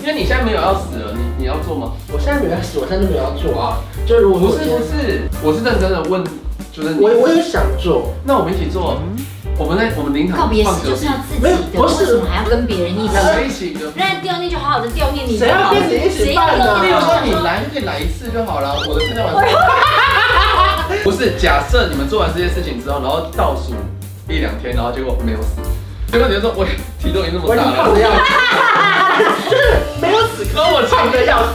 因为你现在没有要死了，你你要做吗？我现在没有要死，我现在就没有要做啊。就如果不我是今天不是，我是认真的问，就是你我我也想做，那我们一起做，我们在我们灵堂告别放式酒就是要瓶，自己的，为什么还要跟别人一起？我们一起的。那吊念就好好的吊念你哎谁要就好跟你一起办呢例如说了你来就可以来一次就好了，我的圣诞晚餐。 不是，假设你们做完这些事情之后，然后倒数一两天，然后结果没有死，结果你就说喂，体重已经这我么已大经胖了的，要死， 就是没有死，可我胖的要死。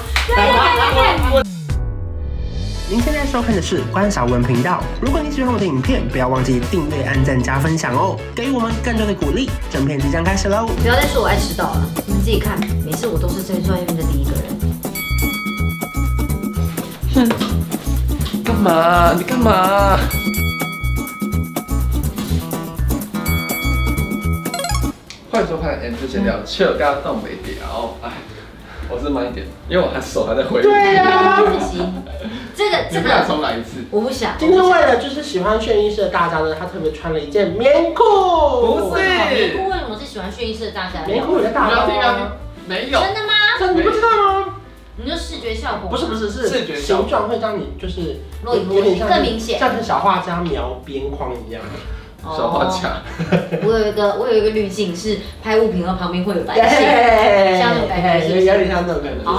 您现在收看的是关少文频道。如果你喜欢我的影片，不要忘记订阅、按赞、加分享哦，给予我们更多的鼓励。整片即将开始喽！不要再说我爱迟到了，你们自己看，每次我都是最专业的第一个人。干嘛？你干嘛？欢迎收看 M 之闲聊，切尔嘎冻北屌。哎，我是慢一点，因为我还手还在挥舞。对啊呀、对不起，这个你这不想个重来一次？我不想。今天为了就是喜欢炫衣式的大家呢，他特别穿了一件棉裤。不是棉裤为什么是喜欢炫衣式的大家？棉裤，有在大不要听，不要听吗？，没有。真的吗？真的你不知道吗？你说视觉效果？不是不是视觉是，效果形状会让你就是若隐若有现点像更明显像是小画家描边框一样。小花墙，我有一个，我有一个滤镜是拍物品，然后旁边会有白 线。像那种感觉有有点像那种感觉。哦，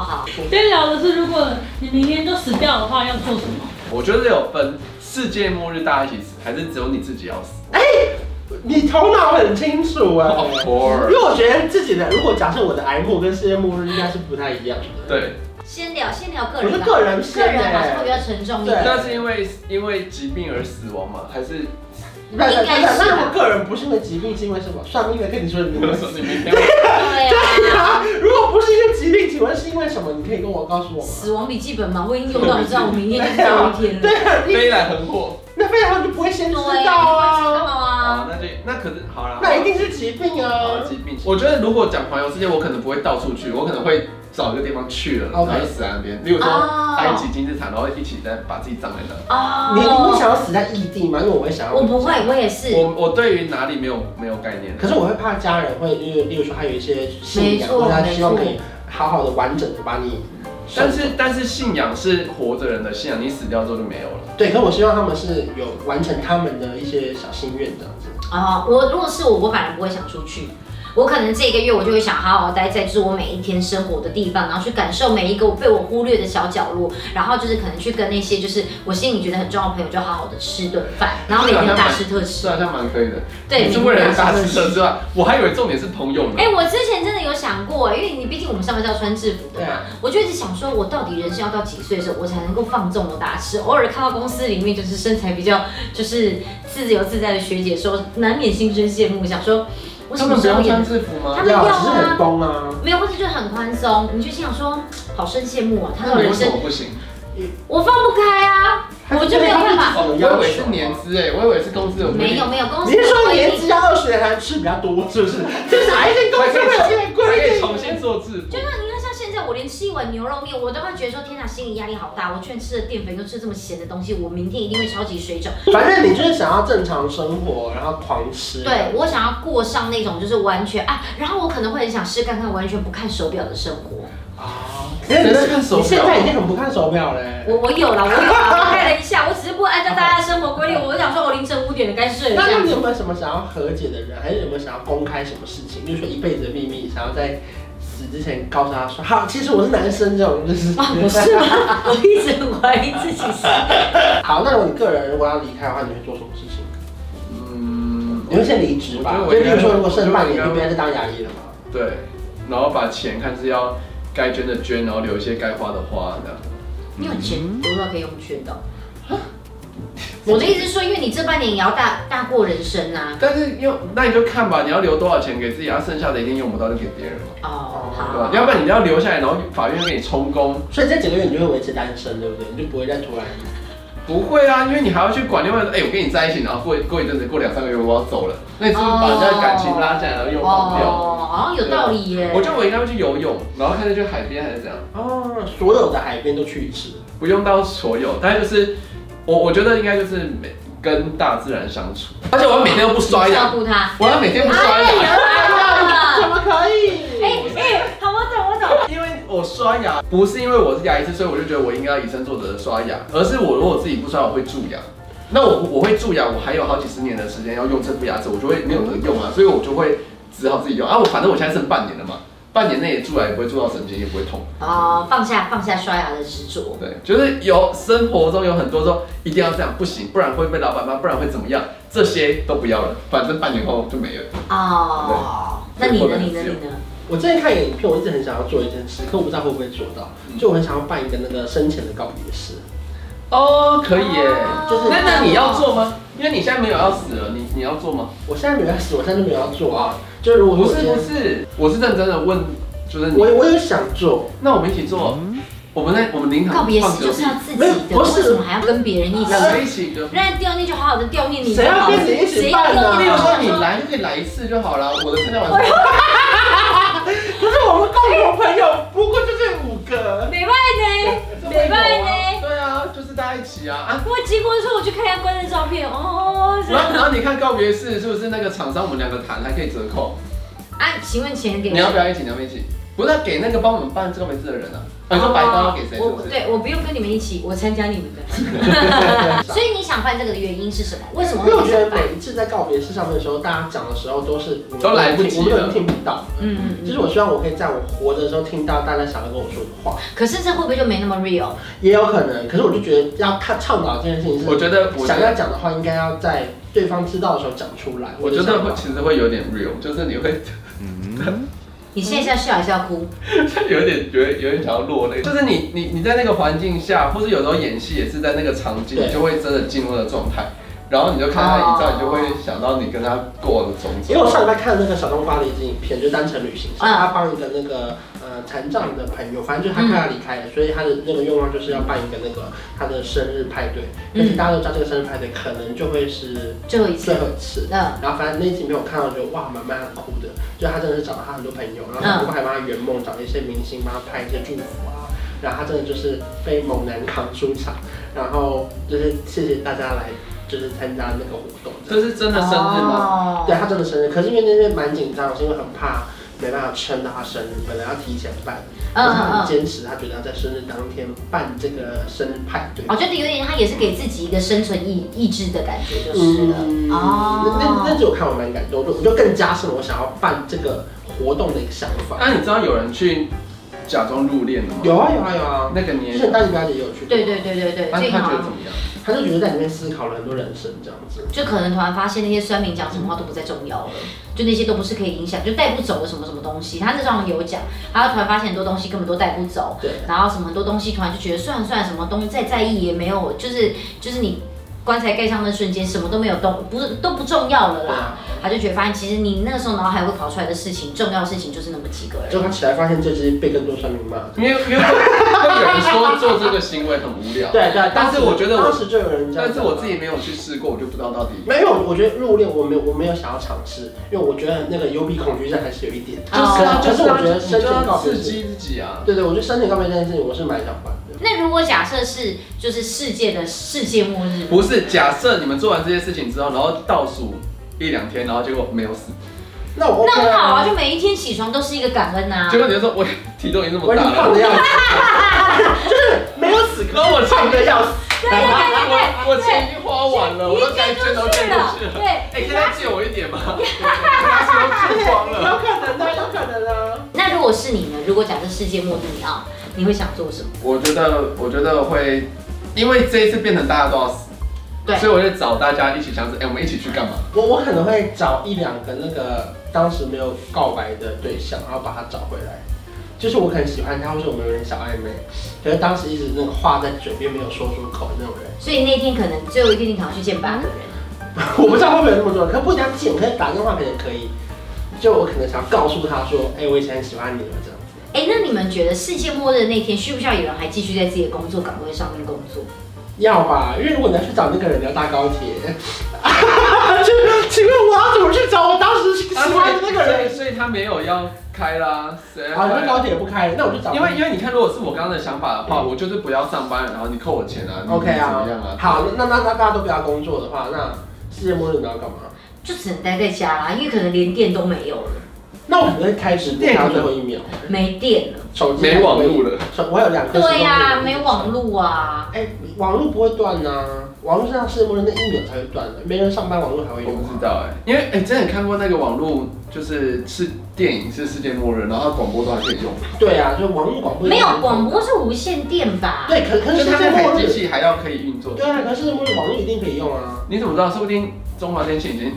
好，今天聊的是，如果你明天就死掉的话，要做什么？我觉得有分世界末日大家一起死，还是只有你自己要死。你头脑很清楚哎、 Of 因 course，为我觉得自己的，如果假设我的癌末跟世界末日应该是不太一样的。对，先聊先聊个人我吧。是个人个先人好像欸会比较沉重一对点。那是因为因为疾病而死亡吗？还是不不应该是吧那如果个人不是因为疾病，是因为什么？算命的跟你说 你没有死。你明天对 啊。如果不是因为疾病，请问是因为什么？你可以跟我告诉我吗？死亡笔记本嘛，我已经用到，你知道我明天就最后一天了。对啊，你飞来横祸？那非常就不会先知对啊道干啊，嘛啊，啊？那就那可是好啦，那一定是疾病好哦啊。疾病。呃我觉得如果讲环游世界，我可能不会到处去，我可能会找一个地方去了，然 OK 后就死在那边。例如说哦埃及金字塔，然后一起再把自己葬在那。哦你你会想要死在异地吗？因为我会想要，我不会，我也是。我我对于哪里没有没有概念，可是我会怕家人会，因为例如说他有一些信没仰，错或者他希望没可错以好好的完整的把你。但是但是信仰是活着人的信仰，你死掉之后就没有了。对，可是我希望他们是有完成他们的一些小心愿这样子。啊，我如果是我，我反而不会想出去。我可能这个月我就会想好好待在就是我每一天生活的地方，然后去感受每一个我被我忽略的小角落，然后就是可能去跟那些就是我心里觉得很重要的朋友，就好好的吃顿饭，然后每天大吃特吃是。好像蛮可以的。对，你是啊为了打死车之外，我还以为重点是朋友呢哎、。我之前真的有想过，因为你毕竟我们上班是要穿制服的对嘛啊，我就一直想说，我到底人生要到几岁的时候，我才能够放纵我打吃？偶尔看到公司里面就是身材比较就是自由自在的学姐说，难免心生羡慕，想说我什他么们不时候用也穿能制服吗？他们要啊只是很崩啊。没有，或者就很宽松，你就心想说，好生羡慕啊，他那你说为人什生么不行？我放不开啊，我就没有办法。哦，我以为是年资哎，我以为是公司有规没有定。没有，公司你是说规定年纪要二十年才能吃比较多，是不是？这是哪一间公司会有这个还可以规重定？新做制服就，像你看，像现在我连吃一碗牛肉面，我都会觉得说，天哪，心理压力好大。我居然吃了淀粉，又吃这么咸的东西，我明天一定会超级水肿。反正你就是想要正常生活，然后狂吃。对我想要过上那种就是完全啊，然后我可能会很想试看看完全不看手表的生活。啊，你谁是看手表现在已经很不看手表嘞。我我有了，我有啦，我看了一下，我只是不按照大家的生活规律，我就想说我凌晨五点了该睡了那这那样你子。有没有什么想要和解的人，还是有没有想要公开什么事情？就是说一辈子的秘密，想要在死之前告诉他说，好，其实我是男生这种，哦就是。 啊，我是吗？ 我一直很怀疑自己是。 好，那如果你个人如果要离开的话，你会做什么事情？嗯，你会先离职吧？我就觉得我例如说，如果剩半我觉年，得就不要再当牙医了嘛。对，然后把钱看是要该捐的捐，然后留一些该花的花这样。你有钱多少可以用券的哦？我的意思是说，因为你这半年也要大大过人生啊。但是用那你就看吧，你要留多少钱给自己，然后剩下的一定用不到就给别人嘛，哦，对吧好？。要不然你要留下来，然后法院给你充公。所以这几个月你就会维持单身，对不对？你就不会再突然。不会啊，因为你还要去管另外的，哎、我跟你在一起，然后过过一阵子，过两三个月我要走了，那你是不是把人家的感情拉下来，然后又忘掉？哦，好像有道理耶。我觉得我应该会去游泳，然后看着去海边还是怎样，哦，所有的海边都去一次。不用到所有，但就是我我觉得应该就是每跟大自然相处，而且我要每天都不刷你照牙，顾他。我要每天不刷牙。哎怎么可以？哎哎，好，我懂 我我刷牙不是因为我是牙医师，所以我就觉得我应该要以身作则的刷牙，而是我如果自己不刷，我会蛀牙。那我我会蛀牙，我还有好几十年的时间要用这副牙齿，我就会没有得用啊，所以我就会只好自己用啊。我反正我现在剩半年了嘛，半年内也蛀牙也不会蛀到神经，也不会痛。哦，放下放下刷牙的执着。对，就是有生活中有很多说一定要这样，不行，不然会被老板骂，不然会怎么样，这些都不要了，反正半年后就没了。哦，那你呢？你呢？你呢？我之前看一个影片，我一直很想要做一件事，可我不知道会不会做到。就我很想要办一个那个生前的告别式，哦，可以耶。就是那那你要做吗？因为你现在没有要死了，你你要做吗？我现在没有要死，我现在就没有要做啊。就是如果不我是今天不是，我是认真的问，就是你，我我有想做，那我们一起做，我们在我们灵堂告别放式九就是地要自己没有的，不是为什么还要跟别人一起？两个一起的。让人悼念就好好的悼念你就谁要好了，跟你一起谁要办呢悼例念如你说你来就可以来一次就好了，我的圣诞哎晚 餐。可是我们共同朋友不过就这五个，没办 呢，没办呢。对啊，就是大家一起啊啊！我结婚的时候我去看一下关的照片，哦，然后然后你看告别式是不是那个厂商我们两个谈还可以折扣？啊，请问钱给你要不要一起？你要不要一起？不是要给那个帮我们办告别式的人啊？啊你说白包要给谁？是不我是？哦对我不用跟你们一起，我参加你们的。 所以你想办这个的原因是什么？为什么因为我会觉得想办？每一次在告别式上面的时候，大家讲的时候都是都来不及了我们都听不到。嗯嗯嗯就是我希望我可以在我活着的时候听到大家想要跟我说的话，可是这会不会就没那么 real？也有可能。可是我就觉得要看倡导这件事情是，我觉得我觉想得要讲的话应该要在对方知道的时候讲出来。我觉的得想法会其实会有点 real，就是你会 你现在是要笑还是要哭？有点觉得有点想要落泪，就是你你你在那个环境下，或是有时候演戏也是在那个场景，对你就会真的进入那个状态，然后你就看他遗照，你就会想到你跟他过的种因为我上礼种。拜看那个小东发的一支影片，就是单程旅啊行，是嗯他帮一个那个呃残障的朋友，反正就是他快要离开了，所以他的那个愿望就是要办一个那个他的生日派对。但嗯是大家都知道这个生日派对可能就会是最后一次最后一次。嗯然后反正那集没有看到，就哇蛮蛮哭的，就他真的是找了他很多朋友，然后嗯很多还帮他圆梦，找了一些明星帮他拍一些祝福啊。然后他真的就是被猛男扛出场，然后就是谢谢大家来就是参加那个活动。这是真的生日吗？哦对他真的生日，可是因为那天蛮紧张，是因为很怕没办法撑到他生日，本来要提前办，嗯但是他很坚持，他觉得要在生日当天办这个生日派对。我觉得有点，他也是给自己一个生存意意志的感觉，就是了。嗯，那那那哦，集我看我蛮感动，就我就更加深了我想要办这个活动的一个想法。啊那你知道有人去假装入殓的吗？哦有啊有啊有啊，那个你也之前大姨表姐也有去，对，对对对对，那最他觉啊好得怎么样？他就觉得在里面思考了很多人生这样子。就可能突然发现那些酸民讲什么话都不再重要了，就那些都不是可以影响，就带不走的什么什么东西。他那上有讲，他突然发现很多东西根本都带不走，对然后什么很多东西突然就觉得算了算了，什么东西再在意也没有，就是就是你棺材盖上那瞬间什么都没有动，不是都不重要了对啦。啊，他就觉得发现其实你那个时候脑海会跑出来的事情，重要的事情就是那么几个就人。他起来发现这只被更多酸民骂。因为因为会有人说做这个行为很无聊，对对，但是我觉得当我，时就有人这样讲啊，但是我自己没有去试过，我就不知道到底。没有，我觉得入殓我没有我没有想要尝试，因为我觉得那个幽闭恐惧症还是有一点。就是啊，哦就是可是我觉得啊，你生就前要告别刺式激自己啊。对对，我觉得生前告别这件事情我是蛮想办的。那如果假设是就是世界的世界末日，不是，假设你们做完这些事情之后，然后倒数一两天，然后结果没有死，那我 OK 那很好啊，啊，就每一天起床都是一个感恩啊呐、结果你就说，我体重已经这我么已经大胖了，的 样子，就是没有死，然后我胖钱的要死。我我钱已经花完 了，我都该捐都捐出去了。对，哎，现在借我一点吧，他 钱都捐光有了。可能的，有可能啊。那如果是你呢？如果假设世界末日你要，你会想做什么？我觉得，我觉得会，因为这一次变成大家都要死，对所以我就找大家一起想死，哎，我们一起去干嘛？我我可能会找一两个那个当时没有告白的对象，然后把他找回来。就是我可能喜欢他，或是我们有点小暧昧，可是当时一直那个话在嘴边没有说出口的那种人。所以那天可能最后一天，你可能要去见八个人。我不知道会不会有那么多人，可不一定要见，可以打电话可能可以。就我可能想要告诉他说，哎、我以前很喜欢你了这样子。哎、那你们觉得世界末日的那天，需不需要有人还继续在自己的工作岗位上面工作？要吧，因为如果你要去找那个人，你要搭高铁。 就请问我要怎么去找我当时喜欢的那个人？所以他没有要开啦，谁要好，开那啊？高铁不开，那我就找。因为因为你看，如果是我刚刚的想法的话，我就是不要上班，然后你扣我钱啊，你嗯 OK 怎啊么样啊？，好，那那那大家都不要工作的话，那世界末日你要干嘛？啊就只能待在家啦，因为可能连电都没有了。那我们会开直播到最后一秒，没电了。手机没网路了。手我还有两颗。对呀、没网。路啊。哎，网路不会断呐、网络上世界末日那一秒才会断啊的，没人上班网络还会我用不知啊。道哎、因为哎、真的看过那个网络，就是是电影是世界末日，然后它广播都还可以用，对啊，就网络广播没有广。播是无线电吧？啊对，可可就是嗯世它界那末台机日。器还要可以运作。对啊，可是世界末日网络一定可以用啊。你怎么知道？说不定中华电信已经，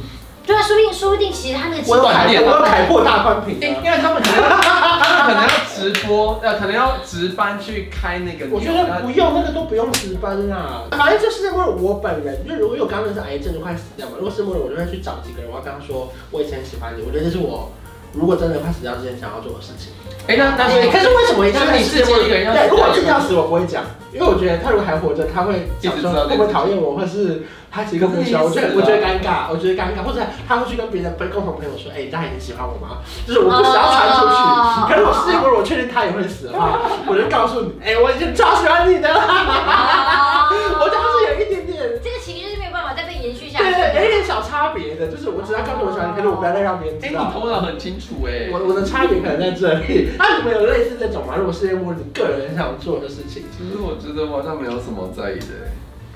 对啊，说不定说不定其实他那个我有断凯电啊我了有凯破大宽屏因啊、为他们可能呃他们可能要直播，呃，可能要值班去开那个钮。我觉得不用那个都不用值班啦，反正就是那会儿我本人，就如果有刚刚是癌症就快死掉嘛，如果是末日，我就会去找几个人，我要跟他说我以前喜欢你，我觉得这是我如果真的快死掉之前想要做的事情。哎、那那所对，以可是为什么一定要所以你自己一个人要对，死如果自己要死，我不会讲，因为我觉得他如果还活着，他会讲一直知说道这件事会情不会讨厌我，或是他其实根本不喜欢我，我觉得我觉得尴尬，我觉得尴尬，或者他会去跟别的朋共同朋友说，哎，大家也喜欢我吗？就是我不想要传出哦去。可是我试过，我确定他也会死的话，我就告诉你，哎，我已经超喜欢你的啦，啊 我就是有一哦点点。这个情绪是没有办法再被延续下对去对，有一的。点小差别的，就是我只要告诉我喜欢你，可是我不要再让别人哎、知你道。头脑很清楚哎、我我的差别可能在这里。那你们有类似这种吗？如果世界末日，你个人想做的事情？其实我觉得我好像没有什么在意的欸。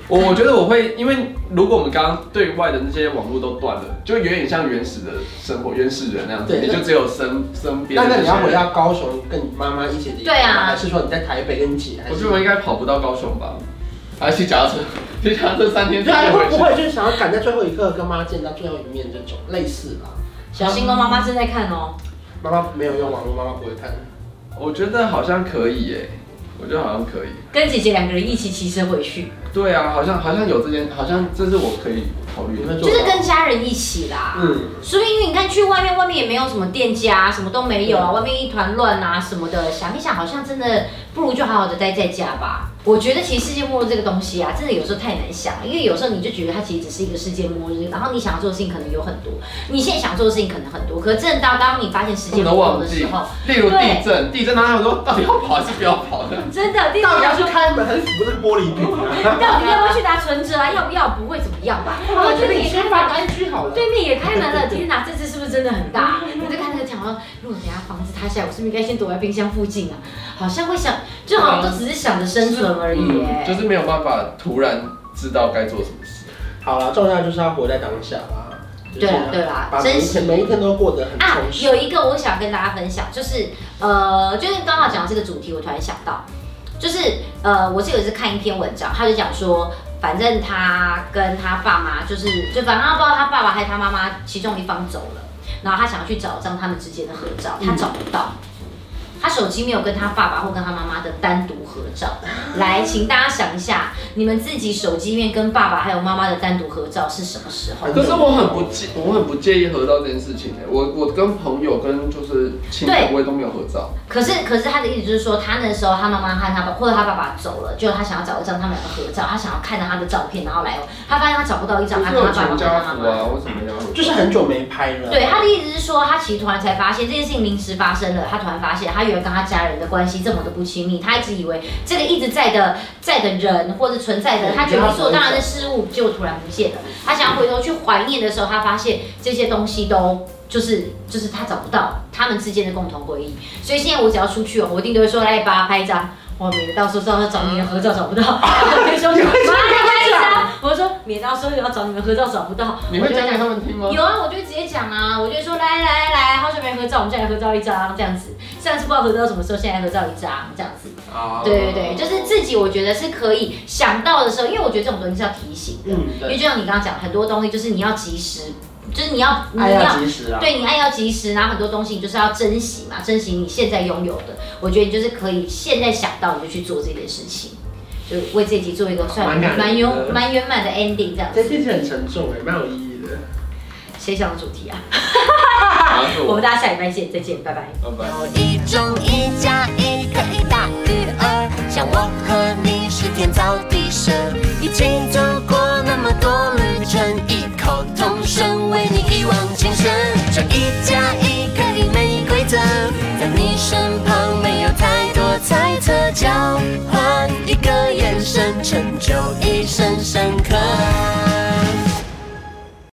我我觉得我会，因为如果我们刚刚对外的那些网络都断了，就有点像原始的生活、原始人那样子，对你就只有身身边。那那你要回？到高雄跟你妈妈一起离婚吗对啊还是说你在台北跟你姐？还我是觉得我应该跑不到高雄吧，还是骑脚踏车， 骑脚踏车三天对啊，才会回不去。会就是想要赶在最后一刻跟妈见到最后一面这种类似吧？小心哦，妈妈正在看哦。妈妈没有用网络，妈妈不会看。我觉得好像可以耶，我觉得好像可以。跟姐姐两个人一起骑车回去，对啊，好像好像有这件，好像这是我可以考虑你的。会就做吗是跟家人一起啦。嗯，说不定因为你看去外面，外面也没有什么店家、什么都没有啊，外面一团乱啊什么的。想一想，好像真的不如就好好的待在家吧。我觉得其实世界末日这个东西啊，真的有时候太难想了，因为有时候你就觉得它其实只是一个世界末日，然后你想要做的事情可能有很多，你现在想做的事情可能很多，可是正当当你发现世他界们都末日忘的记时候，，例如地震，地震他们说到底要跑还是不要跑呢？真的，地到底要方去开门还是不是玻璃瓶 啊？到底要不要去拿存折啊？要不要？不会怎么样吧？然后对面也开发门， IG 好了。对面也开门了，天哪，这次是不是真的很大？我就看那个墙说，如果等下房子塌下来，我是不是应该先躲在冰箱附近啊？好像会想，就好像都只是想着生存而已耶。嗯嗯就是没有办法突然知道该做什么事。好了，重要就是要活在当下啦。就是对啊对啦把每一珍惜天每一天都过得很啊充，实。有一个我想跟大家分享，就是呃，就是刚好讲到这个主题，我突然想到，就是呃，我是有一次看一篇文章，他就讲说，反正他跟他爸妈就是，就反正他不知道他爸爸还是他妈妈其中一方走了，然后他想要去找一张他们之间的合照，他找不到。他手机没有跟他爸爸或跟他妈妈的单独合照，来，请大家想一下，你们自己手机里面跟爸爸还有妈妈的单独合照是什么时候？可是我很不介，我很不介意合照这件事情、欸、我我跟朋友跟就是亲人，对我也都没有合照。可是，可是他的意思就是说，他那时候他妈妈和他爸或者他爸爸走了，就他想要找一张他们两个合照，他想要看到他的照片，然后来，哦他发现他找不到一张他我跟有他爸爸全跟他妈家福妈。啊，为什么要合照？就是很久没拍了。对，他的意思是说，他其实突然才发现这件事情临时发生了，他突然发现他原来跟他家人的关系这么的不亲密，他一直以为这个一直在的在的人或者存在的他觉得理所当然的事物，结果突然不见了。他想要回头去怀念的时候，他发现这些东西都。就是就是他找不到他们之间的共同回忆，所以现在我只要出去哦，我一定都会说来爸拍一张，我免得到时候到时候找你的合照找不到， 我就说妈拍一张，我说免得到时候要找你们合照找不到，你会我就讲讲给他们听吗？有啊，我就直接讲啊，我就说来来来，好久没合照，我们再来合照一张这样子。上次不知道合照什么时候，现在合照一张这样子。啊对对对，就是自己我觉得是可以想到的时候，因为我觉得这种东西是要提醒嗯，的，因对为就像你刚刚讲，很多东西就是你要及时，就是你要你爱要要及时啊。对你爱要及时，然后很多东西你就是要珍惜嘛，珍惜你现在拥有的。我觉得你就是可以现在想到你就去做这件事情，就为这集做一个算蛮感人的蛮圆蛮圆满的 ending 这样这子。件事很沉重哎，蛮有意义的。谁想的主题啊？啊是我们大家下礼拜见，再见，拜拜。拜拜。有一种一加一可以大于二，像我和你是天造地设，一起走过那么多旅程，异口同声为你一往情深。这一加